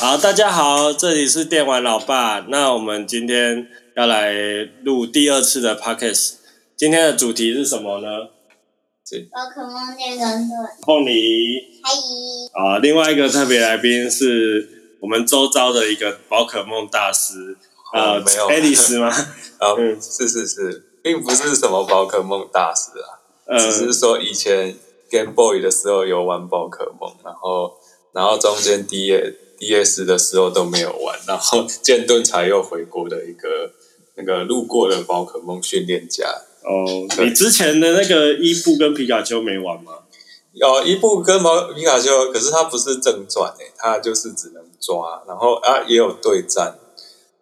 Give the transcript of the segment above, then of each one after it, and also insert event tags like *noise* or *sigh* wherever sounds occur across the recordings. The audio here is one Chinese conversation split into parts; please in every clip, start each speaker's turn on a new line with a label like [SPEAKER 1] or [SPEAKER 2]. [SPEAKER 1] 好，大家好，这里是电玩老爸。那我们今天要来录第二次的 podcast。今天的主题是什么呢？
[SPEAKER 2] 宝可梦那个的，
[SPEAKER 1] 凤梨
[SPEAKER 2] 阿姨，
[SPEAKER 1] 啊，另外一个特别来宾是我们周遭的一个宝可梦大师，呃，
[SPEAKER 3] 哦没有
[SPEAKER 1] 爱丽丝吗？
[SPEAKER 3] *laughs* 啊，
[SPEAKER 1] 嗯
[SPEAKER 3] 是是是，并不是什么宝可梦大师啊，
[SPEAKER 1] 呃，
[SPEAKER 3] 只是说以前 Game Boy 的时候有玩宝可梦，然后然后中间 D D S 的时候都没有玩，然后剑盾才又回国的一个那个路过的宝可梦训练家。
[SPEAKER 1] 哦，你之前的那个伊布跟皮卡丘没玩吗？
[SPEAKER 3] 哦，伊布跟毛皮卡丘，可是它不是正传诶、它就是只能抓，然后啊也有对战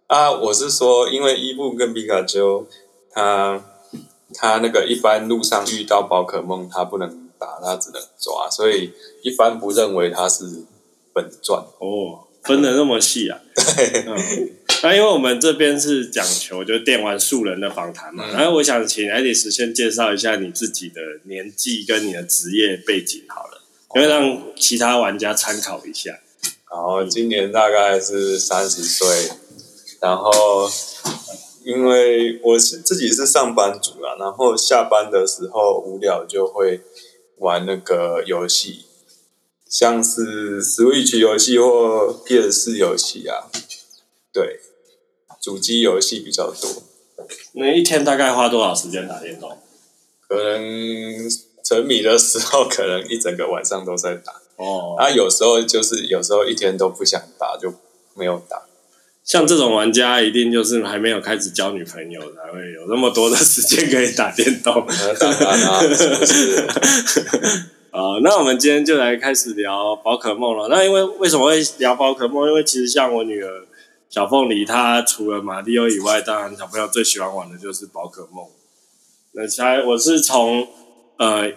[SPEAKER 3] 啊。我是说，因为伊布跟皮卡丘，它它那个一般路上遇到宝可梦，它不能打，它只能抓，所以一般不认为它是本传。
[SPEAKER 1] 哦，分的那么细啊？嗯，那因为我们这边是讲求就电玩素人的访谈嘛，
[SPEAKER 3] 嗯
[SPEAKER 1] 然后我想请爱丽丝先介绍一下你自己的年纪跟你的职业背景好了，因为让其他玩家参考一下。
[SPEAKER 3] 然后今年大概是三十岁，然后因为我是自己是上班族啦，然后下班的时候无聊就会玩那个游戏，像是 Switch 游戏或 PS 四游戏啊，对，主机游戏比较多，
[SPEAKER 1] 那一天大概花多少时间打电动？
[SPEAKER 3] 可能沉迷的时候可能一整个晚上都在打，
[SPEAKER 1] 哦，
[SPEAKER 3] 啊，有时候就是有时候一天都不想打就没有打。
[SPEAKER 1] 像这种玩家一定就是还没有开始交女朋友才会有那么多的时间可以打电动。
[SPEAKER 3] 当然啊，是不是？
[SPEAKER 1] *laughs* 啊，那我们今天就来开始聊宝可梦了。那因为为什么会聊宝可梦？因为其实像我女儿小凤梨，她除了马里奥以外，当然小朋友最喜欢玩的就是宝可梦。那才我是从呃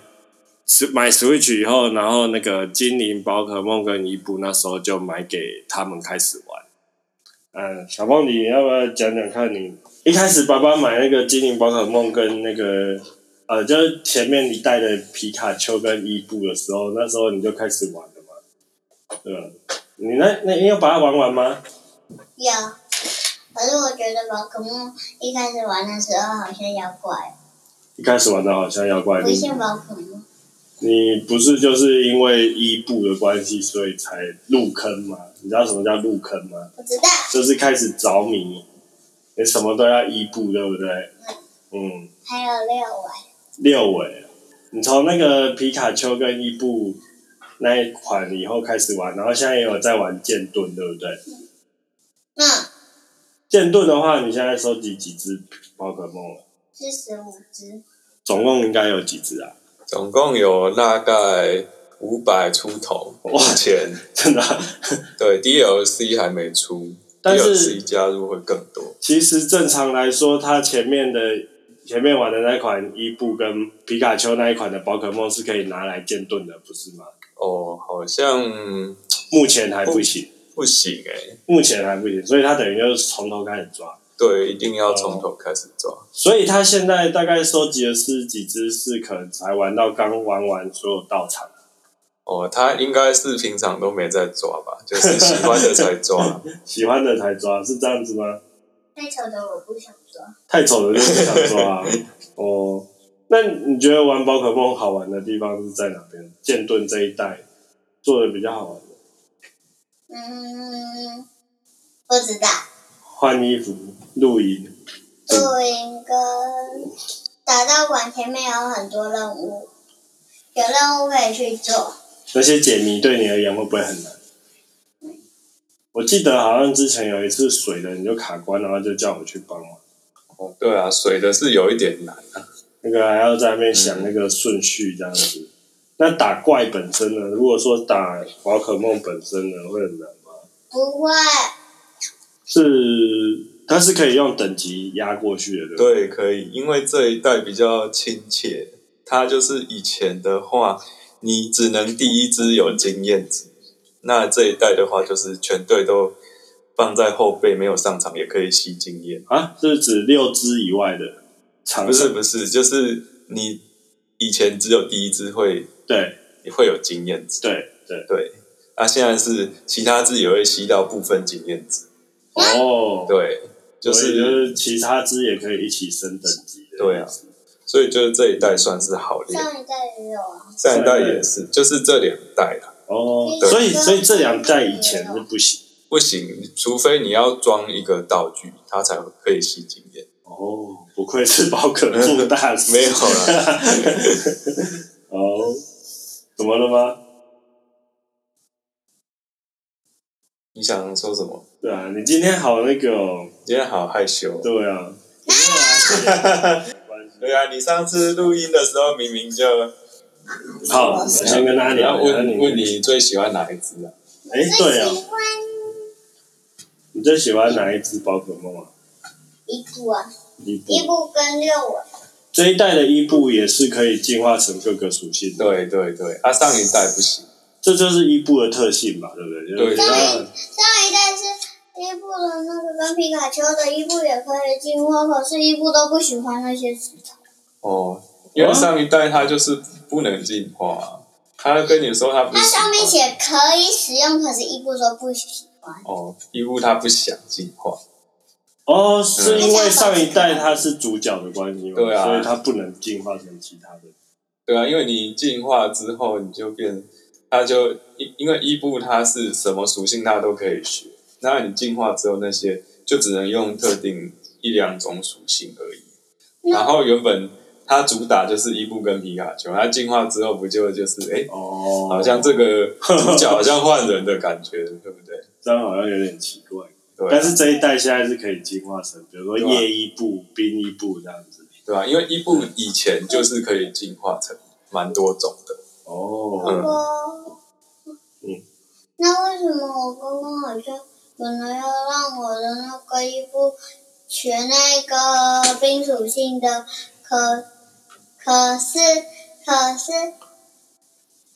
[SPEAKER 1] ，Sw- 买 Switch 以后，然后那个精灵宝可梦跟伊布那时候就买给他们开始玩。嗯，小凤梨，你要不要讲讲看你一开始爸爸买那个精灵宝可梦跟那个呃，就是前面你带的皮卡丘跟伊布的时候，那时候你就开始玩了嘛，对吧？你那那你有把它玩完吗？
[SPEAKER 2] 有。可是我觉得宝可梦一开始玩的时候好像妖怪，
[SPEAKER 1] 一开始玩的好像妖怪，
[SPEAKER 2] 不
[SPEAKER 1] 你
[SPEAKER 2] 信宝可梦。
[SPEAKER 1] 你不是就是因为伊布的关系，所以才入坑吗？你知道什么叫入坑吗？
[SPEAKER 2] 不知道，
[SPEAKER 1] 就是开始着迷，你什么都要伊布，对不对？嗯，
[SPEAKER 2] 还有六尾，
[SPEAKER 1] 六尾，啊你从那个皮卡丘跟伊布那一款以后开始玩，然后现在也有在玩剑盾，对不对？
[SPEAKER 2] 嗯，
[SPEAKER 1] 剑盾的话，你现在收集几只宝可梦了？
[SPEAKER 2] 是十五只。
[SPEAKER 1] 总共应该有几只啊？ *laughs*
[SPEAKER 3] 总共有大概五百出头，目前
[SPEAKER 1] 真的啊， *laughs*
[SPEAKER 3] 对 DLC 还没出
[SPEAKER 1] 但
[SPEAKER 3] ，DLC
[SPEAKER 1] 是
[SPEAKER 3] 加入会更多。
[SPEAKER 1] 其实正常来说，它前面的前面玩的那款伊布跟皮卡丘那一款的宝可梦是可以拿来剑盾的，不是吗？
[SPEAKER 3] 哦，好像
[SPEAKER 1] 目前还不行，
[SPEAKER 3] 不行哎、
[SPEAKER 1] 目前还不行，所以它等于就是从头开始抓。
[SPEAKER 3] 对，一定要从头开始抓。
[SPEAKER 1] 所以它现在大概收集的是几只，是可能才玩到刚玩完所有道场。
[SPEAKER 3] 哦，他应该是平常都没在抓吧，就是喜欢的才
[SPEAKER 1] *laughs*
[SPEAKER 3] 抓。
[SPEAKER 1] 喜欢的才抓，是这样子吗？
[SPEAKER 2] 太丑的我不想说。
[SPEAKER 1] 太丑的就不想抓啊。 *laughs* 哦，那你觉得玩宝可梦好玩的地方是在哪边？剑盾这一代做的比较好玩的，
[SPEAKER 2] 嗯，不知道。
[SPEAKER 1] 换衣服、露营，
[SPEAKER 2] 露营跟打道馆前面有很多任务，有任务可以去做。
[SPEAKER 1] 那些解谜对你而言会不会很难？我记得好像之前有一次水的你就卡关，然后就叫我去帮忙，
[SPEAKER 3] 哦，对啊，水的是有一点难啊。
[SPEAKER 1] 那个还要在那边想那个顺序这样子。那打怪本身呢？如果说打宝可梦本身呢，会很难吗？
[SPEAKER 2] 不会，
[SPEAKER 1] 是，它是可以用等级压过去的，对不对？
[SPEAKER 3] 对，可以，因为这一代比较亲切。它就是以前的话，你只能第一支有经验值，那这一代的话就是全队都放在后备，没有上场也可以吸经验。
[SPEAKER 1] 啊，是指六只以外的长
[SPEAKER 3] 不是
[SPEAKER 1] 胜？
[SPEAKER 3] 不是，就是你以前只有第一支会
[SPEAKER 1] 对
[SPEAKER 3] 会有经验值，
[SPEAKER 1] 对对，
[SPEAKER 3] 对。那、现在是其他字也会吸到部分经验值，
[SPEAKER 1] 哦，
[SPEAKER 3] 对，就
[SPEAKER 1] 所以就是是其他支也可以一起升等级的，
[SPEAKER 3] 对啊，所以就是这一代算是好练，
[SPEAKER 2] 上一代也有啊，
[SPEAKER 3] 上一代也是，就是这两代啦，
[SPEAKER 1] 哦，
[SPEAKER 2] 对
[SPEAKER 1] 所以所以这两代以前是不行
[SPEAKER 3] 不行，除非你要装一个道具，它才会可以吸经验。
[SPEAKER 1] 哦，不愧是宝可梦大师，
[SPEAKER 3] *laughs* 没有啦，
[SPEAKER 1] 哦，怎么了吗？
[SPEAKER 3] 你想说什么？
[SPEAKER 1] 对啊，你今天好那个、哦，
[SPEAKER 3] 今天好害羞哦。
[SPEAKER 1] 对啊，没关系
[SPEAKER 3] 对啊，你上次录音的时候明明就
[SPEAKER 1] 好，我先跟大家
[SPEAKER 3] 然
[SPEAKER 1] 聊
[SPEAKER 3] 后
[SPEAKER 1] 聊
[SPEAKER 3] 问问
[SPEAKER 1] 你，
[SPEAKER 3] 你最喜欢哪一只啊？
[SPEAKER 1] 哎、对啊
[SPEAKER 2] 最，喜欢
[SPEAKER 1] 你最喜欢哪一只宝可梦啊？
[SPEAKER 2] 伊布啊，
[SPEAKER 1] 伊布
[SPEAKER 2] 伊布跟六啊尾，
[SPEAKER 1] 这一代的伊布也是可以进化成各个属性的，
[SPEAKER 3] 对对对，啊，上一代不行，
[SPEAKER 1] 这就是伊布的特性吧，对不对？就是
[SPEAKER 3] 对
[SPEAKER 1] 它
[SPEAKER 2] 上一代是伊布的那个跟皮卡丘的伊布也可以进化，可是伊布都不喜欢那些石头。
[SPEAKER 3] 哦，因为上一代它就是不能进化啊，它跟你说它不
[SPEAKER 2] 它
[SPEAKER 3] 喜
[SPEAKER 2] 上面
[SPEAKER 3] 欢，
[SPEAKER 2] 写可以使用，可是伊布说不喜欢。
[SPEAKER 3] 哦，伊布它不想进化，
[SPEAKER 1] 哦，是因为上一代它是主角的关系嘛，
[SPEAKER 3] 嗯对啊
[SPEAKER 1] 所以它不能进化成其他的。
[SPEAKER 3] 对啊，因为你进化之后你就变，它就因因为伊布它是什么属性它都可以学，那你进化之后那些就只能用特定一两种属性而已。然后原本它主打就是伊布跟皮卡丘，它进化之后不就就是哎、诶
[SPEAKER 1] 哦，
[SPEAKER 3] 好像这个主角好像换人的感觉， *laughs* 对不对？
[SPEAKER 1] 这样好像有点奇怪。
[SPEAKER 3] 对
[SPEAKER 1] 但
[SPEAKER 3] 啊，
[SPEAKER 1] 是这一代现在是可以进化成，比如说
[SPEAKER 3] 对啊
[SPEAKER 1] 夜一步、冰一步这样子。
[SPEAKER 3] 对啊吧、因为伊布以前就是可以进化成蛮多种的，
[SPEAKER 1] 哦，
[SPEAKER 3] 嗯
[SPEAKER 2] 我，
[SPEAKER 1] 嗯
[SPEAKER 2] 那为什么我刚刚好像本来要让我的那个伊布学那个冰属性的，可可是可是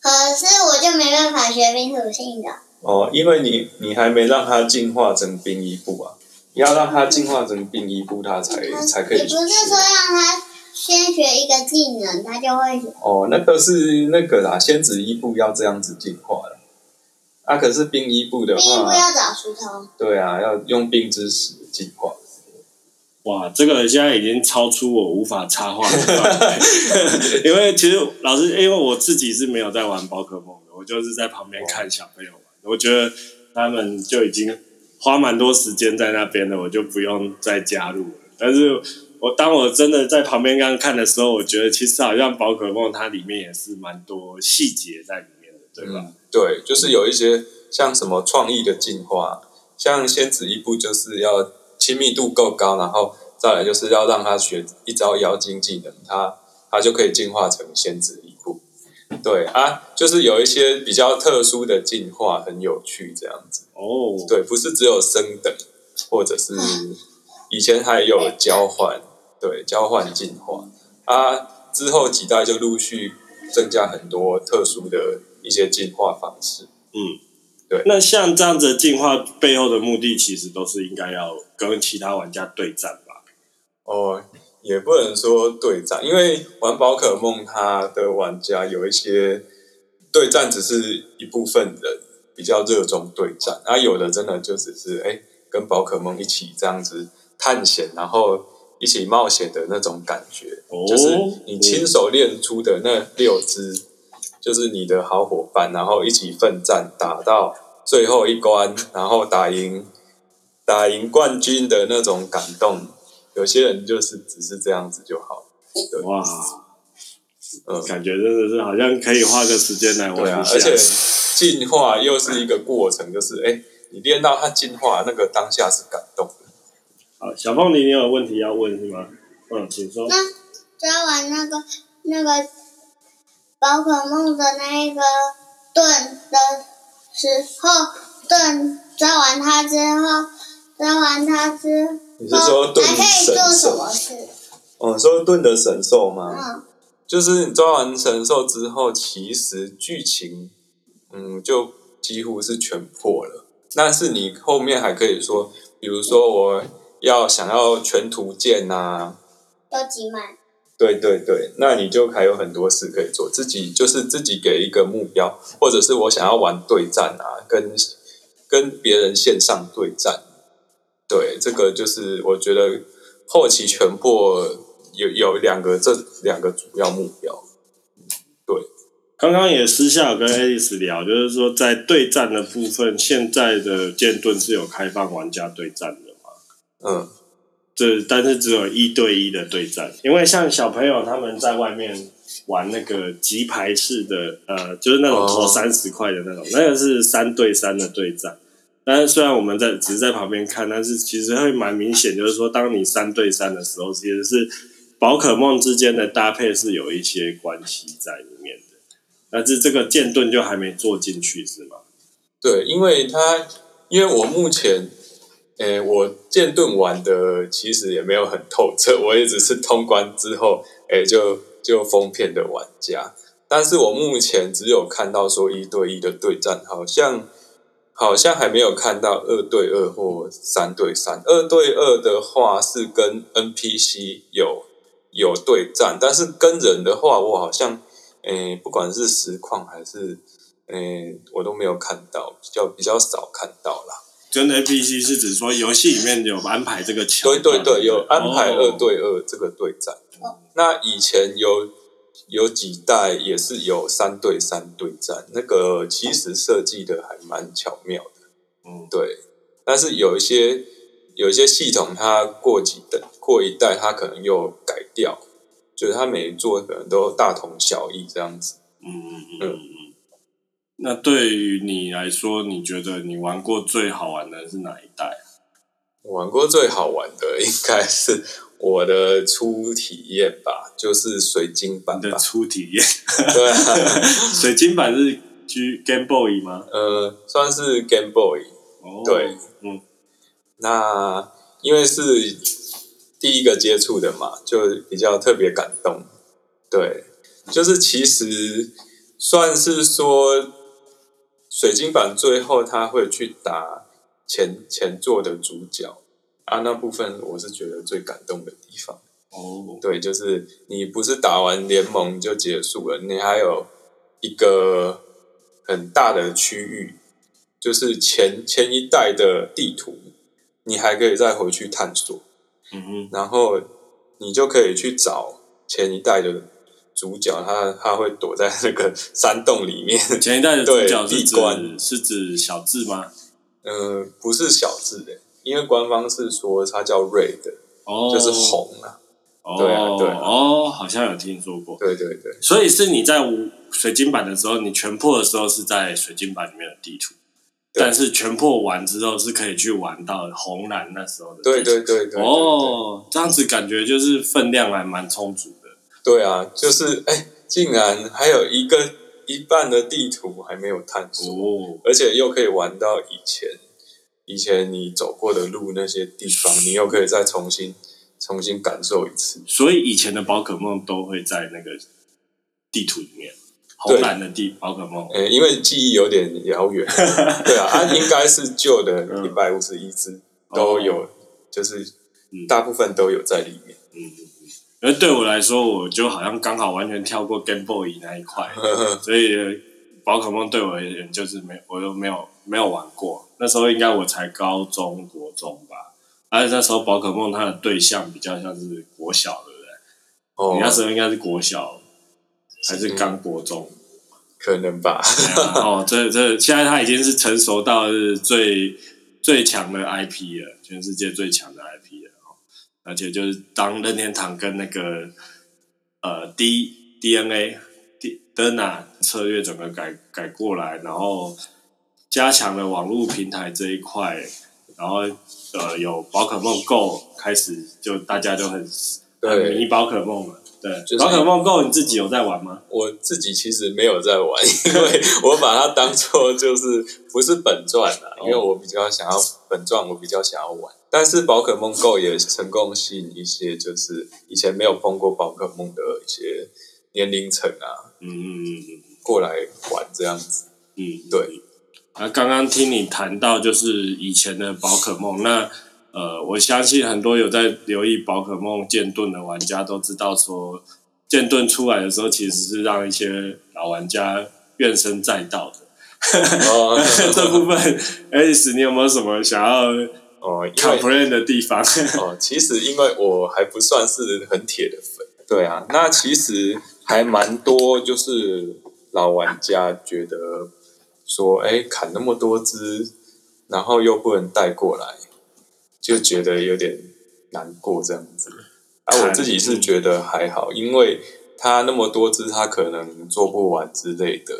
[SPEAKER 2] 可是我就没办法学冰属性的。
[SPEAKER 3] 哦，因为你你还没让它进化成冰伊布啊，你要让它进化成冰伊布，它才才可以
[SPEAKER 2] 嗯也不是说让他先学一个技能，他就会学。
[SPEAKER 3] 哦，那个是那个啦，仙子伊布要这样子进化了。啊，可是冰伊布的
[SPEAKER 2] 第一步
[SPEAKER 3] 话，
[SPEAKER 2] 要找石头，
[SPEAKER 3] 对啊，要用冰之石进化。
[SPEAKER 1] 哇，这个现在已经超出我无法插话的范围， *laughs* 因为其实老师，因为我自己是没有在玩宝可梦的，我就是在旁边看小朋友玩，我觉得他们就已经花蛮多时间在那边的，我就不用再加入了。但是我当我真的在旁边刚看的时候，我觉得其实好像宝可梦它里面也是蛮多细节在里面的，对吧？
[SPEAKER 3] 嗯？对，就是有一些像什么创意的进化，像仙子一步就是要亲密度够高，然后再来就是要让他学一招妖精技能，他他就可以进化成仙子一步。对啊，就是有一些比较特殊的进化，很有趣这样子。
[SPEAKER 1] 哦，
[SPEAKER 3] 对，不是只有升等，或者是以前还有交换，对，交换进化啊，之后几代就陆续增加很多特殊的一些进化方式。
[SPEAKER 1] 那像这样子的进化背后的目的，其实都是应该要跟其他玩家对战吧？
[SPEAKER 3] 哦，也不能说对战，因为玩宝可梦，它的玩家有一些对战只是一部分人比较热衷对战，啊，有的真的就只是哎、跟宝可梦一起这样子探险，然后一起冒险的那种感觉，
[SPEAKER 1] 哦
[SPEAKER 3] 就是你亲手练出的那六只，就是你的好伙伴，然后一起奋战，打到最后一关，然后打赢。打赢冠军的那种感动，有些人就是只是这样子就好。对，
[SPEAKER 1] 哇，
[SPEAKER 3] 嗯，
[SPEAKER 1] 感觉真的是好像可以花个时间来玩
[SPEAKER 3] 对啊
[SPEAKER 1] 一，下。
[SPEAKER 3] 而且进化又是一个过程，就是哎、你练到它进化那个当下是感动的。
[SPEAKER 1] 好，小凤梨，你有问题要问是吗？嗯，请说。
[SPEAKER 2] 那抓完那个那个宝可梦的那个盾的时候，盾抓完它之后，抓完它之后，
[SPEAKER 3] 你是说盾
[SPEAKER 2] 还可以
[SPEAKER 3] 神
[SPEAKER 2] 做什
[SPEAKER 3] 兽
[SPEAKER 2] 么？事？
[SPEAKER 3] 哦，你说盾的神兽吗？
[SPEAKER 2] 嗯，
[SPEAKER 3] 就是你抓完神兽之后，其实剧情嗯就几乎是全破了。但是你后面还可以说，比如说我要想要全图鉴呐、啊
[SPEAKER 2] 都集满。
[SPEAKER 3] 对对对，那你就还有很多事可以做，自己就是自己给一个目标，或者是我想要玩对战啊，跟跟别人线上对战，对，这个就是我觉得后期全破有有两个这两个主要目标，
[SPEAKER 1] 刚刚也私下有跟 Alice 聊，就是说在对战的部分，现在的剑盾是有开放玩家对战的嘛？
[SPEAKER 3] 嗯，
[SPEAKER 1] 这但是只有一对一的对战，因为像小朋友他们在外面玩那个集牌式的，呃，就是那种投
[SPEAKER 3] 哦
[SPEAKER 1] 三十块的那种，那个是三对三的对战。但是虽然我们在只是在旁边看，但是其实会蛮明显，就是说当你三对三的时候，其实是宝可梦之间的搭配是有一些关系在里面的。但是这个剑盾就还没做进去是吗？
[SPEAKER 3] 对，因为他因为我目前，诶，我剑盾玩的其实也没有很透彻，我也只是通关之后，诶，就就封片的玩家。但是我目前只有看到说一对一的对战，好像好像还没有看到二对二或三对三。二对二的话是跟 NPC 有有对战，但是跟人的话，我好像诶，不管是实况还是诶，我都没有看到，比较比较少看到啦。
[SPEAKER 1] 真的 NPC 是指说游戏里面有安排这个桥
[SPEAKER 3] 对
[SPEAKER 1] 段，
[SPEAKER 3] 对
[SPEAKER 1] 不
[SPEAKER 3] 对，有安排
[SPEAKER 1] 哦
[SPEAKER 3] 二对二这个对战。
[SPEAKER 2] 哦
[SPEAKER 3] 那以前有有几代也是有三对三对战，那个其实设计的还蛮巧妙的。
[SPEAKER 1] 嗯
[SPEAKER 3] 对，但是有一些有一些系统，它过几代过一代，它可能又改掉，就是它每一座可能都大同小异这样子。
[SPEAKER 1] 嗯嗯嗯嗯。那对于你来说，你觉得你玩过最好玩的是哪一代？
[SPEAKER 3] 玩过最好玩的应该是我的初体验吧， *laughs* 就是水晶版
[SPEAKER 1] 你的
[SPEAKER 3] 吧。
[SPEAKER 1] 初体验，
[SPEAKER 3] *laughs* 对啊，
[SPEAKER 1] *laughs* 水晶版是 G Game Boy 吗？
[SPEAKER 3] 呃，算是 Game Boy。
[SPEAKER 1] 哦，
[SPEAKER 3] 对，
[SPEAKER 1] 嗯，
[SPEAKER 3] 那因为是第一个接触的嘛，就比较特别感动。对，就是其实算是说水晶版最后他会去打前前作的主角啊，那部分我是觉得最感动的地方。
[SPEAKER 1] 哦，
[SPEAKER 3] 对，就是你不是打完联盟就结束了，你还有一个很大的区域，就是前前一代的地图，你还可以再回去探索，
[SPEAKER 1] 嗯哼，
[SPEAKER 3] 然后你就可以去找前一代的主角，他他会躲在那个山洞里面。 *laughs*
[SPEAKER 1] 前一代的主角
[SPEAKER 3] 对
[SPEAKER 1] 是
[SPEAKER 3] 闭关
[SPEAKER 1] 指是指小智吗？
[SPEAKER 3] 嗯、不是小智的，因为官方是说它叫 Red，
[SPEAKER 1] 哦，
[SPEAKER 3] 就是，红啊。
[SPEAKER 1] 哦，
[SPEAKER 3] 对啊对啊
[SPEAKER 1] 哦，好像有听说过。
[SPEAKER 3] 对对对，
[SPEAKER 1] 所以是你在无水晶版的时候，你全破的时候是在水晶版里面的地图，
[SPEAKER 3] 对
[SPEAKER 1] 但是全破完之后是可以去玩到红蓝那时候的地图。
[SPEAKER 3] 对对对对对对。
[SPEAKER 1] 哦，这样子感觉就是分量还蛮充足的。
[SPEAKER 3] 对啊，就是哎、竟然还有一个一半的地图还没有探索，
[SPEAKER 1] 哦，
[SPEAKER 3] 而且又可以玩到以前以前你走过的路那些地方，你又可以再重新重新感受一次。
[SPEAKER 1] 所以以前的宝可梦都会在那个地图里面，红
[SPEAKER 3] 对
[SPEAKER 1] 蓝的地宝可梦。
[SPEAKER 3] 哎、因为记忆有点遥
[SPEAKER 1] *laughs*
[SPEAKER 3] 远，对啊，它、应该是旧的
[SPEAKER 1] 嗯哦
[SPEAKER 3] 一百五十一只都有，就是
[SPEAKER 1] 嗯
[SPEAKER 3] 大部分都有在里面。
[SPEAKER 1] 而对我来说，我就好像刚好完全跳过 Game Boy 那一
[SPEAKER 3] *laughs*
[SPEAKER 1] 块，
[SPEAKER 3] 呵呵
[SPEAKER 1] 所以宝可梦对我而言就是没，我又没有没有玩过。那时候应该我才高中国中吧，而且那时候宝可梦它的对象比较像是国小，对不对？
[SPEAKER 3] 哦
[SPEAKER 1] 你那时候应该是国小还是刚国中？
[SPEAKER 3] 可能吧，
[SPEAKER 1] *laughs* 哦，这这现在它已经是成熟到是最最强的 IP 了，全世界最强的 IP 了。哦而且就是当任天堂跟那个呃 D DNA D Dna 策略整个改改过来，然后加强了网络平台这一块，然后呃有宝可梦 Go 开始就大家就很
[SPEAKER 3] 对
[SPEAKER 1] 很迷宝可梦了。对，
[SPEAKER 3] 就是
[SPEAKER 1] 宝可梦 Go 你自己有在玩吗？
[SPEAKER 3] 我自己其实没有在玩，因为我把它当做就是不是本传啦，因为我比较想要本传，我比较想要玩。但是宝可梦 Go 也成功吸引一些就是以前没有碰过宝可梦的一些年龄层啊
[SPEAKER 1] 嗯嗯嗯嗯
[SPEAKER 3] 过来玩这样子。
[SPEAKER 1] 嗯，
[SPEAKER 3] 对，
[SPEAKER 1] 啊，刚刚听你谈到就是以前的宝可梦，那呃，我相信很多有在留意宝可梦剑盾的玩家都知道说，剑盾出来的时候其实是让一些老玩家怨声载道的。 *laughs*
[SPEAKER 3] 哦 *laughs*
[SPEAKER 1] 这部分，Alice，你有没有什么想要
[SPEAKER 3] 哦，因为
[SPEAKER 1] complain 的地方？
[SPEAKER 3] 哦，其实因为我还不算是很铁的粉，对啊，那其实还蛮多，就是老玩家觉得说，哎，砍那么多只，然后又不能带过来，就觉得有点难过这样子。啊，我自己是
[SPEAKER 1] 嗯
[SPEAKER 3] 觉得还好，因为他那么多只，他可能做不完之类的。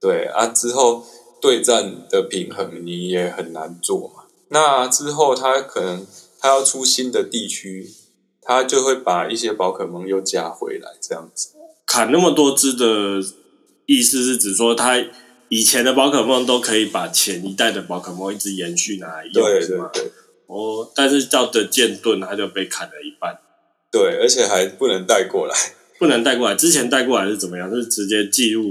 [SPEAKER 3] 对啊，之后对战的平衡你也很难做嘛。那之后他可能他要出新的地区，他就会把一些宝可梦又加回来这样子。
[SPEAKER 1] 砍那么多只的意思是指说，它以前的宝可梦都可以把前一代的宝可梦一直延续拿来用，
[SPEAKER 3] 对
[SPEAKER 1] 是
[SPEAKER 3] 对
[SPEAKER 1] 吗？
[SPEAKER 3] 对
[SPEAKER 1] 哦，但是到的剑盾它就被砍了一半，
[SPEAKER 3] 对，而且还不能带过来，
[SPEAKER 1] 不能带过来。之前带过来是怎么样？是直接记录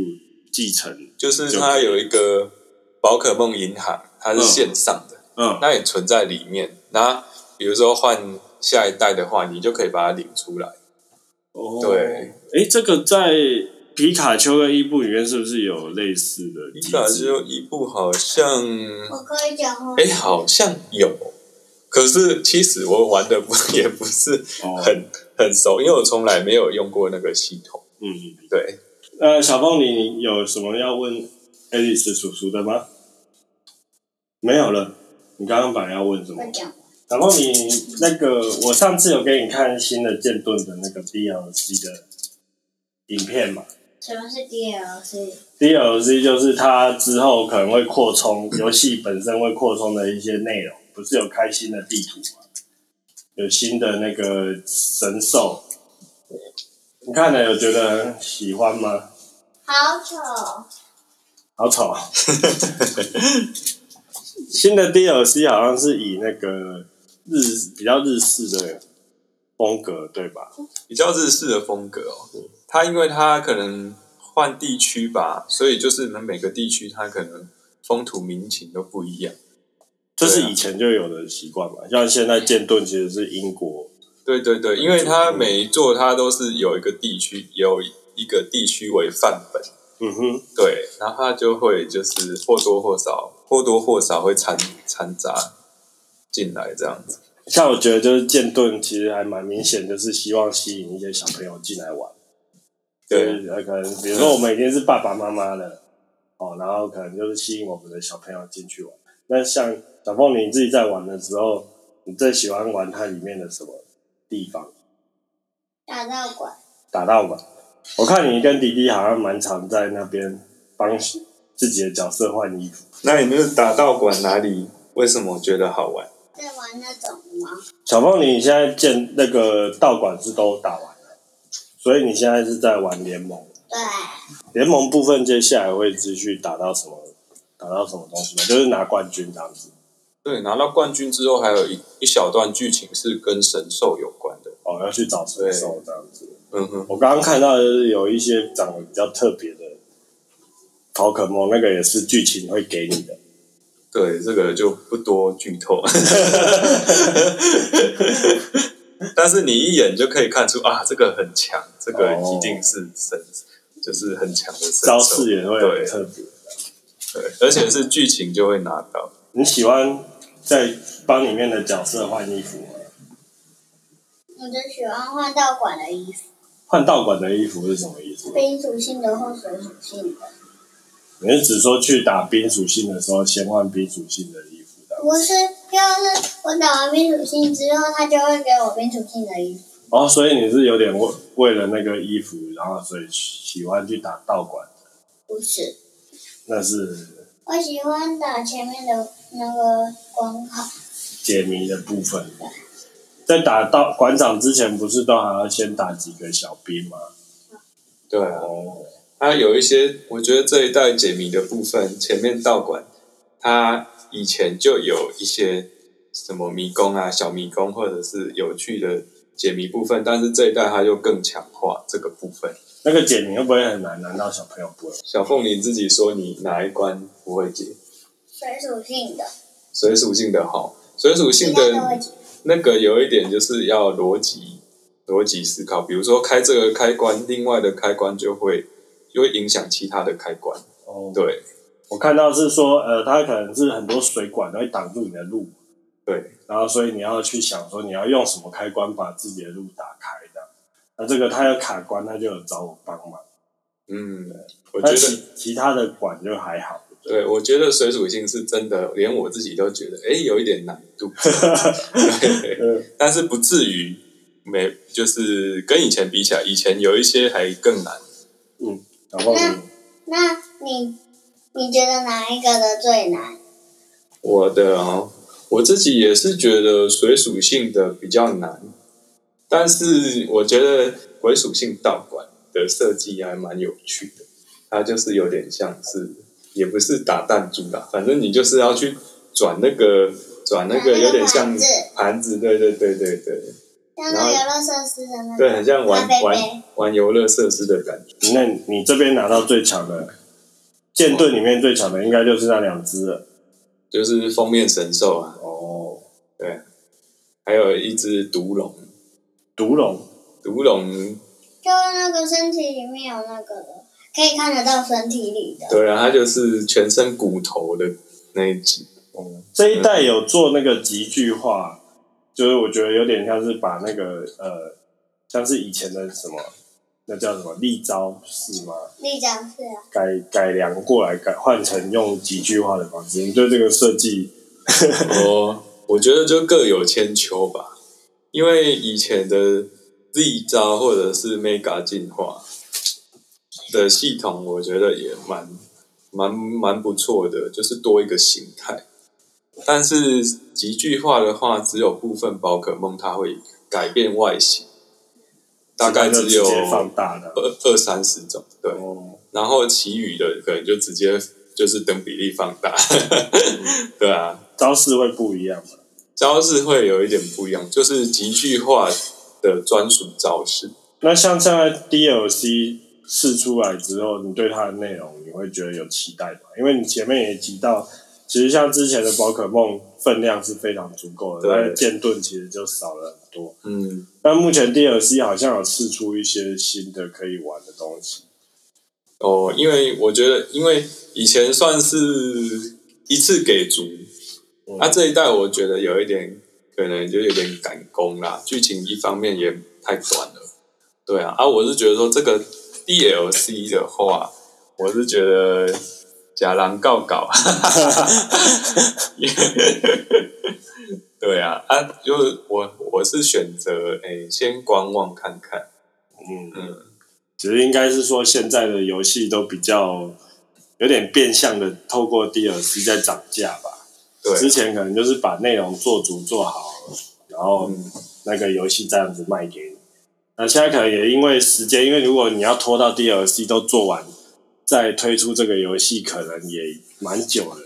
[SPEAKER 1] 继承？
[SPEAKER 3] 就是它有一个宝可梦银行，它是线上的，
[SPEAKER 1] 嗯，
[SPEAKER 3] 那也存在里面。那比如说换下一代的话，你就可以把它领出来。
[SPEAKER 1] 哦，
[SPEAKER 3] 对，
[SPEAKER 1] 哎，这个在皮卡丘跟伊布里面是不是有类似的
[SPEAKER 3] 皮
[SPEAKER 1] 机
[SPEAKER 3] 卡
[SPEAKER 1] 制？
[SPEAKER 3] 丘一部好像
[SPEAKER 2] 我可以讲话。
[SPEAKER 3] 哎、好像有，可是其实我玩的不也不是
[SPEAKER 1] 哦，
[SPEAKER 3] 很很熟，因为我从来没有用过那个系统。
[SPEAKER 1] 嗯，
[SPEAKER 3] 对，
[SPEAKER 1] 呃，小凤，你有什么要问爱丽丝叔叔的吗？没有了，你刚刚本来要问什么
[SPEAKER 2] 我？讲话。
[SPEAKER 1] 然后你那个，我上次有给你看新的剑盾的那个 DLC 的影片嘛
[SPEAKER 2] 什么是 DLC？
[SPEAKER 1] ？DLC 就是它之后可能会扩充游戏本身会扩充的一些内容，不是有开新的地图嘛？有新的那个神兽，你看了有觉得喜欢吗？
[SPEAKER 2] 好丑。
[SPEAKER 1] 好丑啊！新的 DLC 好像是以那个日比较日式的风格，对吧？
[SPEAKER 3] 比较日式的风格哦。它因为它可能换地区吧，所以就是你们每个地区它可能风土民情都不一样。
[SPEAKER 1] 这是以前就有的习惯嘛，像现在剑盾其实是英国，
[SPEAKER 3] 对对对，因为它每一座它都是有一个地区有一个地区为范本，
[SPEAKER 1] 嗯哼，
[SPEAKER 3] 对，然后它就会就是或多或少或多或少会掺掺杂进来这样子。
[SPEAKER 1] 像我觉得就是剑盾其实还蛮明显，就是希望吸引一些小朋友进来玩，
[SPEAKER 3] 对，
[SPEAKER 1] 就是呃可能比如说我们已经是爸爸妈妈了，哦，然后可能就是吸引我们的小朋友进去玩。那像小凤你自己在玩的时候，你最喜欢玩它里面的什么地方？
[SPEAKER 2] 大道馆。
[SPEAKER 1] 打到嘛？我看你跟迪迪好像蛮常在那边帮自己的角色换衣服。
[SPEAKER 3] 那你们打道馆哪里？为什么觉得好玩？
[SPEAKER 2] 在玩那种吗？
[SPEAKER 1] 小凤，你现在建那个道馆是都打完了，所以你现在是在玩联盟。
[SPEAKER 2] 对，
[SPEAKER 1] 联盟部分接下来会继续打到什么？打到什么东西吗？就是拿冠军这样子。
[SPEAKER 3] 对，拿到冠军之后，还有一一小段剧情是跟神兽有关的。
[SPEAKER 1] 哦，要去找神兽这样子。
[SPEAKER 3] 嗯哼，
[SPEAKER 1] 我刚刚看到的是有一些长得比较特别的宝可梦，那个也是剧情会给你的。
[SPEAKER 3] 对，这个就不多剧透。 *laughs* 但是你一眼就可以看出啊，这个很强，这个一定是神，就是很强的神
[SPEAKER 1] 哦
[SPEAKER 3] 兽
[SPEAKER 1] 招式也会很
[SPEAKER 3] 对
[SPEAKER 1] 特别。
[SPEAKER 3] 对，而且是剧情就会拿到。
[SPEAKER 1] 你喜欢在帮里面的角色换衣服吗？
[SPEAKER 2] 我就喜欢换道馆的衣服，
[SPEAKER 1] 换道馆的衣服是什么意思？
[SPEAKER 2] 冰属性的或水属性的。
[SPEAKER 1] 你是只说去打冰属性的时候，先换冰属性的衣服的？
[SPEAKER 2] 不是，就是我打完冰属性之后，他就会给我冰属性的衣服。
[SPEAKER 1] 哦，所以你是有点为为了那个衣服，然后所以喜欢去打道馆，
[SPEAKER 2] 不是，
[SPEAKER 1] 那是
[SPEAKER 2] 我喜欢打前面的那个关卡。
[SPEAKER 1] 解谜的部分。在打道馆长之前，不是都还要先打几个小兵吗？
[SPEAKER 3] 对啊，
[SPEAKER 1] 哦，
[SPEAKER 3] 它有一些，我觉得这一代解谜的部分，前面道馆它以前就有一些什么迷宫啊、小迷宫，或者是有趣的解谜部分，但是这一代它就更强化这个部分。
[SPEAKER 1] 那个解谜会不会很难？难道小朋友不会？
[SPEAKER 3] 小凤，你自己说你哪一关不会解？
[SPEAKER 2] 水属性的，
[SPEAKER 3] 水属性的好，水属性
[SPEAKER 2] 其
[SPEAKER 3] 的
[SPEAKER 2] 他
[SPEAKER 3] 人
[SPEAKER 2] 的我觉
[SPEAKER 3] 那个有一点就是要逻辑逻辑思考，比如说开这个开关，另外的开关就会就会影响其他的开关。
[SPEAKER 1] 哦，
[SPEAKER 3] 对
[SPEAKER 1] 我看到是说，呃，它可能是很多水管都会挡住你的路，
[SPEAKER 3] 对，
[SPEAKER 1] 然后所以你要去想说你要用什么开关把自己的路打开这样。那这个它有卡关，那就有找我帮忙。
[SPEAKER 3] 嗯，我觉
[SPEAKER 1] 那
[SPEAKER 3] 得
[SPEAKER 1] 其其他的管就还好。
[SPEAKER 3] 对，我觉得水属性是真的，连我自己都觉得哎有一点难度，对，但是不至于没就是跟以前比起来，以前有一些还更难。
[SPEAKER 1] 然后
[SPEAKER 2] 那那你你觉得哪一个的最难？
[SPEAKER 3] 我的哦，我自己也是觉得水属性的比较难，但是我觉得鬼属性道馆的设计还蛮有趣的，它就是有点像是，也不是打弹珠啦，反正你就是要去转那个转那个有点像
[SPEAKER 2] 转那个盘子
[SPEAKER 3] 盘子，对对对对对，
[SPEAKER 2] 像
[SPEAKER 3] 然
[SPEAKER 2] 那
[SPEAKER 3] 后
[SPEAKER 2] 游乐设施的那
[SPEAKER 3] 对，
[SPEAKER 2] 个
[SPEAKER 3] 很像玩
[SPEAKER 2] 咖啡
[SPEAKER 3] 玩
[SPEAKER 2] 杯，
[SPEAKER 3] 玩游乐设施的感觉。
[SPEAKER 1] 那你这边拿到最强的剑盾里面最强的应该就是那两只了。
[SPEAKER 3] 就是封面神兽啊，
[SPEAKER 1] 哦，
[SPEAKER 3] 对，还有一只毒龙，
[SPEAKER 1] 毒龙
[SPEAKER 3] 毒龙
[SPEAKER 2] 就是那个身体里面有那个的，可以看得到身体里的。
[SPEAKER 3] 对啊，它就是全身骨头的那一
[SPEAKER 1] *laughs*
[SPEAKER 3] 集。
[SPEAKER 1] 这一代有做那个集聚化，就是我觉得有点像是把那个呃，像是以前的什么那叫什么立招式吗？
[SPEAKER 2] 立脚是啊，
[SPEAKER 1] 改改良过来，改换成用集聚化的方式。你对这个设计，
[SPEAKER 3] 哦，我觉得就各有千秋吧，因为以前的力招或者是 mega 进化的系统，我觉得也蛮蛮蛮不错的，就是多一个形态。但是集聚化的话，只有部分宝可梦它会改变外形，大概
[SPEAKER 1] 就
[SPEAKER 3] 只
[SPEAKER 1] 直
[SPEAKER 3] 有
[SPEAKER 1] 接放大的
[SPEAKER 3] 二二三十种，对。
[SPEAKER 1] 哦，
[SPEAKER 3] 然后其余的可能就直接就是等比例放大， *laughs* 对啊，
[SPEAKER 1] 招式会不一样嘛？
[SPEAKER 3] 招式会有一点不一样，就是集聚化的专属招式。
[SPEAKER 1] 那像现在 DLC 试出来之后，你对它的内容你会觉得有期待吗？因为你前面也提到，其实像之前的宝可梦分量是非常足够的，
[SPEAKER 3] 对
[SPEAKER 1] 但是剑盾其实就少了很多。
[SPEAKER 3] 嗯，
[SPEAKER 1] 那目前 DLC 好像有试出一些新的可以玩的东西，
[SPEAKER 3] 哦，因为我觉得，因为以前算是一次给足，
[SPEAKER 1] 嗯
[SPEAKER 3] 那、这一代我觉得有一点可能就有点赶工啦，剧情一方面也太短了，对啊，啊，我是觉得说这个 DLC 的话，我是觉得假狼告搞， *laughs* 对啊，啊，就是我我是选择诶、先观望看看，
[SPEAKER 1] 嗯，
[SPEAKER 3] 嗯
[SPEAKER 1] 其实应该是说现在的游戏都比较有点变相的透过 DLC 在涨价吧。
[SPEAKER 3] 对啊，
[SPEAKER 1] 之前可能就是把内容做足做好，然后
[SPEAKER 3] 嗯
[SPEAKER 1] 那个游戏这样子卖给你。那现在可能也因为时间，因为如果你要拖到 DLC 都做完再推出这个游戏，可能也蛮久了。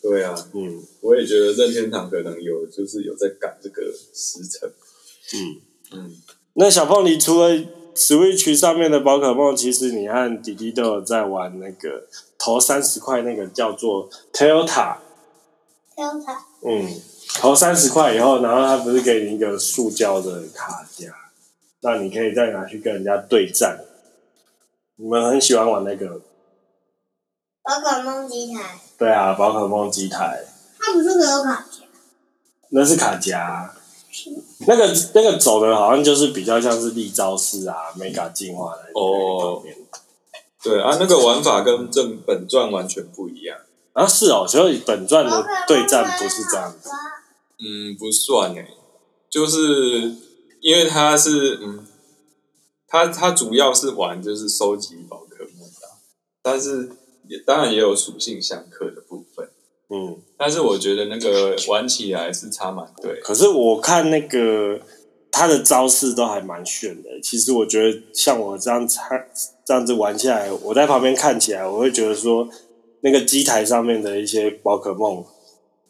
[SPEAKER 3] 对啊。
[SPEAKER 1] 嗯
[SPEAKER 3] 我也觉得任天堂可能有就是有在赶这个时辰。
[SPEAKER 1] 嗯，
[SPEAKER 3] 嗯，
[SPEAKER 1] 那小凤梨除了 Switch 上面的宝可梦，其实你和弟弟都有在玩那个投三十块那个叫做 Toyota，
[SPEAKER 2] 跳塔
[SPEAKER 1] 嗯，投三十块以后，然后他不是给你一个塑胶的卡夹，那你可以再拿去跟人家对战。你们很喜欢玩那个？
[SPEAKER 2] 宝可梦机台，
[SPEAKER 1] 对啊，宝可梦机台
[SPEAKER 2] 它不是没有卡夹，
[SPEAKER 1] 那是卡夹啊、那个那个走的好像就是比较像是力招式啊、美卡进化的
[SPEAKER 3] 哦
[SPEAKER 1] 方面
[SPEAKER 3] 对啊，那个玩法跟正本传完全不一样。
[SPEAKER 1] 啊，是哦，所以本传
[SPEAKER 2] 宝
[SPEAKER 1] 的
[SPEAKER 2] 可梦
[SPEAKER 1] 对战不是这样子。
[SPEAKER 2] 吗。
[SPEAKER 3] 嗯，不算诶、就是因为它是嗯，它它主要是玩就是收集宝可梦的啊，但是也当然也有属性相克的部分。
[SPEAKER 1] 嗯，
[SPEAKER 3] 但是我觉得那个玩起来是差蛮多的。
[SPEAKER 1] 可是我看那个他的招式都还蛮炫的。其实我觉得像我这样看这样子玩下来，我在旁边看起来，我会觉得说那个机台上面的一些宝可梦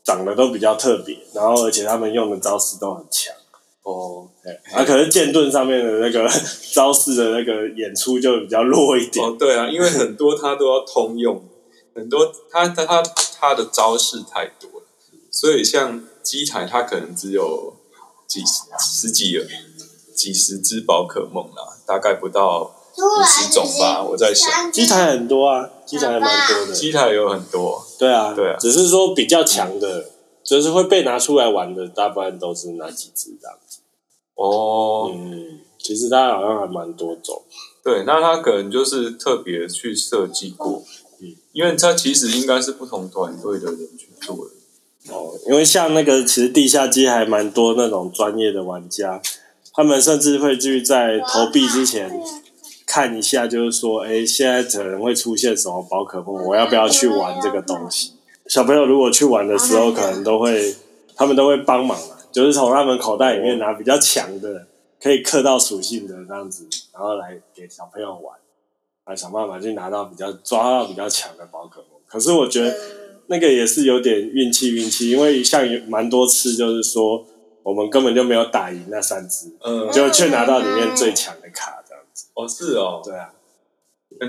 [SPEAKER 1] 长得都比较特别，然后而且他们用的招式都很强。
[SPEAKER 3] 哦
[SPEAKER 1] 对啊，可是剑盾上面的那个 *laughs* 招式的那个演出就比较弱一点。
[SPEAKER 3] 哦，对啊，因为很 *laughs* 多它都要通用，很多它它它它的招式太多了，所以像机台，它可能只有几十十几几十只宝可梦啦，大概不到
[SPEAKER 2] 突然
[SPEAKER 3] 50种吧我在想
[SPEAKER 1] 机台很多啊，机台还蛮多的。
[SPEAKER 3] 机台有很多。
[SPEAKER 1] 对啊，
[SPEAKER 3] 对啊
[SPEAKER 1] 只是说比较强的，就是会被拿出来玩的，大部分都是那几只这样子。
[SPEAKER 3] 哦，
[SPEAKER 1] 嗯，其实它好像还蛮多种。
[SPEAKER 3] 对，那它可能就是特别去设计过，
[SPEAKER 1] 嗯
[SPEAKER 3] 因为它其实应该是不同团队的人去做的。
[SPEAKER 1] 哦，因为像那个，其实地下机还蛮多那种专业的玩家，他们甚至会去在投币之前
[SPEAKER 2] 哦
[SPEAKER 1] 看一下，就是说，哎，现在可能会出现什么宝可梦，我要不要去玩这个东西？小朋友如果去玩的时候，可能都会，他们都会帮忙啊，就是从他们口袋里面拿比较强的，可以克到属性的这样子，然后来给小朋友玩，来想办法去拿到比较抓到比较强的宝可梦。可是我觉得那个也是有点运气运气，因为像有蛮多次就是说我们根本就没有打赢那三只，
[SPEAKER 3] 嗯，
[SPEAKER 1] 就却拿到里面最强的卡这样子。
[SPEAKER 3] 哦，是哦，
[SPEAKER 1] 对啊，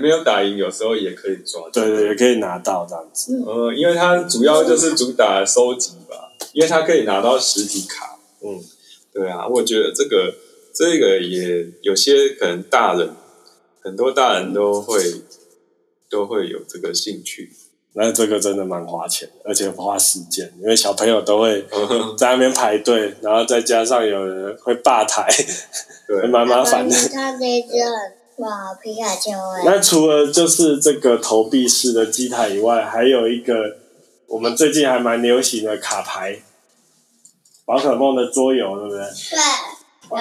[SPEAKER 3] 没有打赢，有时候也可以抓。
[SPEAKER 1] 对对，也可以拿到这样子。
[SPEAKER 3] 呃，因为它主要就是主打收集吧，因为它可以拿到实体卡。
[SPEAKER 1] 嗯，
[SPEAKER 3] 对啊，我觉得这个这个也有些可能大人，很多大人都会都会有这个兴趣。 *laughs*
[SPEAKER 1] 那这个真的蛮花钱，而且花时间，因为小朋友都会在那边排队，然后再加上有人会霸台，
[SPEAKER 3] 对，
[SPEAKER 1] 蛮麻烦的。
[SPEAKER 2] 他这一只很哇，皮卡丘哎、
[SPEAKER 1] 那除了就是这个投币式的机台以外，还有一个我们最近还蛮流行的卡牌，宝可梦的桌游，对不对？
[SPEAKER 2] 对，我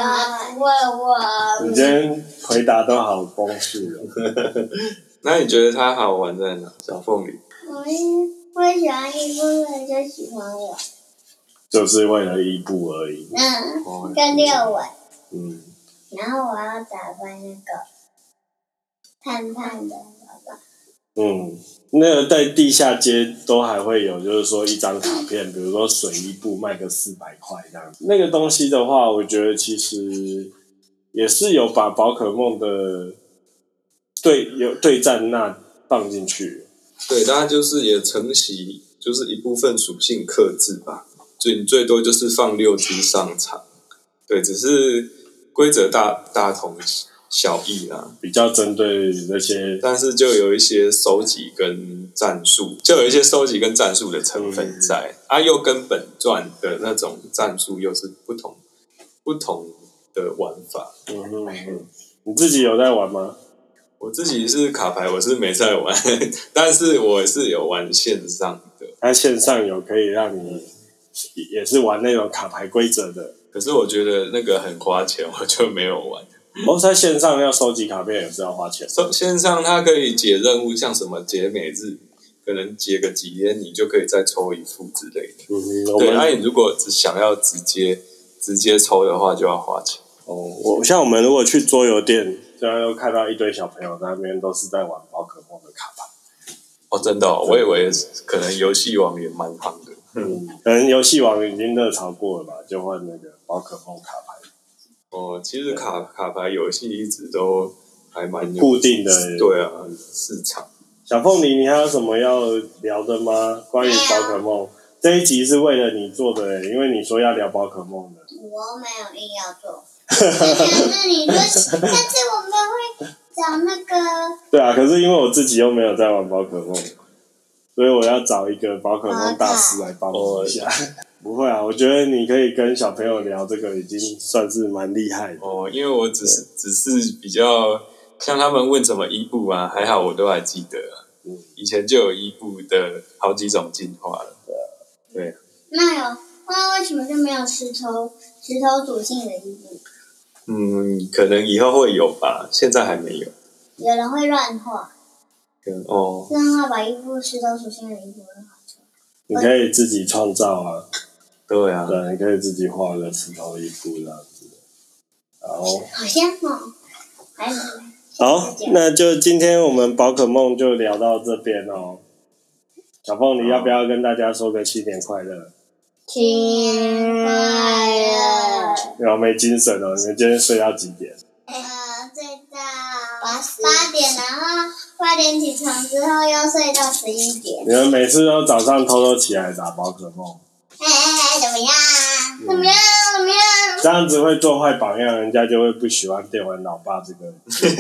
[SPEAKER 2] 问我
[SPEAKER 1] 你今天回答都好丰富哦。
[SPEAKER 3] 那你觉得它好玩在哪？小凤梨，
[SPEAKER 2] 我会喜欢一部分就喜欢我，
[SPEAKER 1] 就是为了一步而已。
[SPEAKER 2] 嗯，
[SPEAKER 3] 哦，
[SPEAKER 2] 跟六尾，
[SPEAKER 1] 嗯，
[SPEAKER 2] 然后我要打败那个胖胖的爸爸，
[SPEAKER 1] 嗯，那个在地下街都还会有，就是说一张卡片，比如说水一部卖个四百块这样子。那个东西的话，我觉得其实也是有把宝可梦的对有对战那放进去。
[SPEAKER 3] 对，它就是也承袭就是一部分属性克制吧，最你最多就是放六只上场，对，只是规则大大同小异啦、
[SPEAKER 1] 比较针对那些
[SPEAKER 3] 但是就有一些收集跟战术，就有一些收集跟战术的成分在，啊，又跟本传的那种战术又是不同不同的玩法。
[SPEAKER 1] 嗯哼嗯哼，你自己有在玩吗？
[SPEAKER 3] 我自己是卡牌，我是没在玩， *laughs* 但是我是有玩线上的，
[SPEAKER 1] 它线上有可以让你也是玩那种卡牌规则的。
[SPEAKER 3] 可是我觉得那个很花钱，我就没有玩。
[SPEAKER 1] 哦，在线上要收集卡片也是要花钱。嗯
[SPEAKER 3] 线线上它可以解任务，像什么解每日，可能解个几天，你就可以再抽一副之类的。
[SPEAKER 1] 嗯哼，我
[SPEAKER 3] 对，啊
[SPEAKER 1] 们
[SPEAKER 3] 那、你如果只想要直接直接抽的话，就要花钱。
[SPEAKER 1] 哦，我像我们如果去桌游店，现在又看到一堆小朋友在那边都是在玩宝可梦的卡牌，
[SPEAKER 3] 哦，真的、哦，我以为可能游戏王也蛮夯的。
[SPEAKER 1] 嗯，可能游戏王已经热潮过了吧，就换那个宝可梦卡牌，
[SPEAKER 3] 哦，其实卡卡牌游戏一直都还蛮有
[SPEAKER 1] 固定的
[SPEAKER 3] 对啊，市场。
[SPEAKER 1] 小凤梨，你还有什么要聊的吗？关于宝可梦这一集是为了你做的、欸因为你说要聊宝可梦的，
[SPEAKER 2] 我没有硬要做，是你说，但是我们会找那个
[SPEAKER 1] 对啊，可是因为我自己又没有在玩宝可梦，所以我要找一个宝可梦大师来帮我一下。 *laughs* 不会啊，我觉得你可以跟小朋友聊这个，已经算是蛮厉害的。
[SPEAKER 3] 哦，因为我只是只是比较像他们问什么伊布啊，还好我都还记得啊、
[SPEAKER 1] 嗯
[SPEAKER 3] 以前就有伊布的好几种进化了。对，
[SPEAKER 2] 那有，那为什么就没有石头石头属性的衣服？
[SPEAKER 3] 嗯，可能以后会有吧，现在还没有。
[SPEAKER 2] 有人会乱画，
[SPEAKER 3] 可能哦，
[SPEAKER 2] 乱画把衣服石头属性的衣服乱画出来。
[SPEAKER 1] 你可以自己创造啊，
[SPEAKER 3] 对啊，
[SPEAKER 1] 对，你可以自己画个石头一步这样子。好，
[SPEAKER 2] 好像哦，还有
[SPEAKER 1] 好，那就今天我们宝可梦就聊到这边哦。小凤，你要不要跟大家说个新年快乐？
[SPEAKER 2] 新年快乐！
[SPEAKER 1] 你好没精神哦，你们今天睡到几点？
[SPEAKER 2] 呃，睡到八八点，然后八点起床之后又睡到十一点。
[SPEAKER 1] 你们每次都早上偷偷起来打宝可梦，
[SPEAKER 2] 怎么样？怎么样？怎么样？
[SPEAKER 1] 这样子会做坏榜样，人家就会不喜欢电玩老爸这个。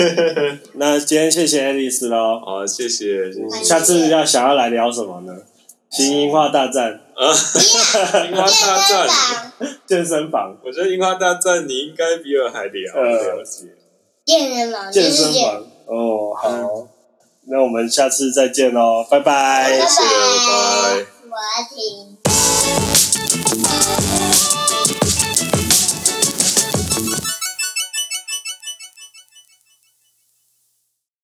[SPEAKER 3] *laughs*
[SPEAKER 1] 那今天谢谢爱丽丝喽，
[SPEAKER 3] 好，谢谢，谢谢。
[SPEAKER 1] 下次要想要来聊什么呢？新樱花大战、
[SPEAKER 3] 啊，樱花
[SPEAKER 2] 健
[SPEAKER 3] 大
[SPEAKER 2] 身
[SPEAKER 3] 战，
[SPEAKER 2] 房，
[SPEAKER 1] 健身房、
[SPEAKER 3] 我觉得樱花大战你应该比我还了
[SPEAKER 1] 呃
[SPEAKER 3] 了解。
[SPEAKER 2] 健身房，
[SPEAKER 1] 健
[SPEAKER 2] 就是
[SPEAKER 1] 身
[SPEAKER 2] 健
[SPEAKER 1] 房。哦，好，那我们下次再见喽，拜拜
[SPEAKER 2] 拜
[SPEAKER 3] 谢谢拜拜
[SPEAKER 2] 我要听。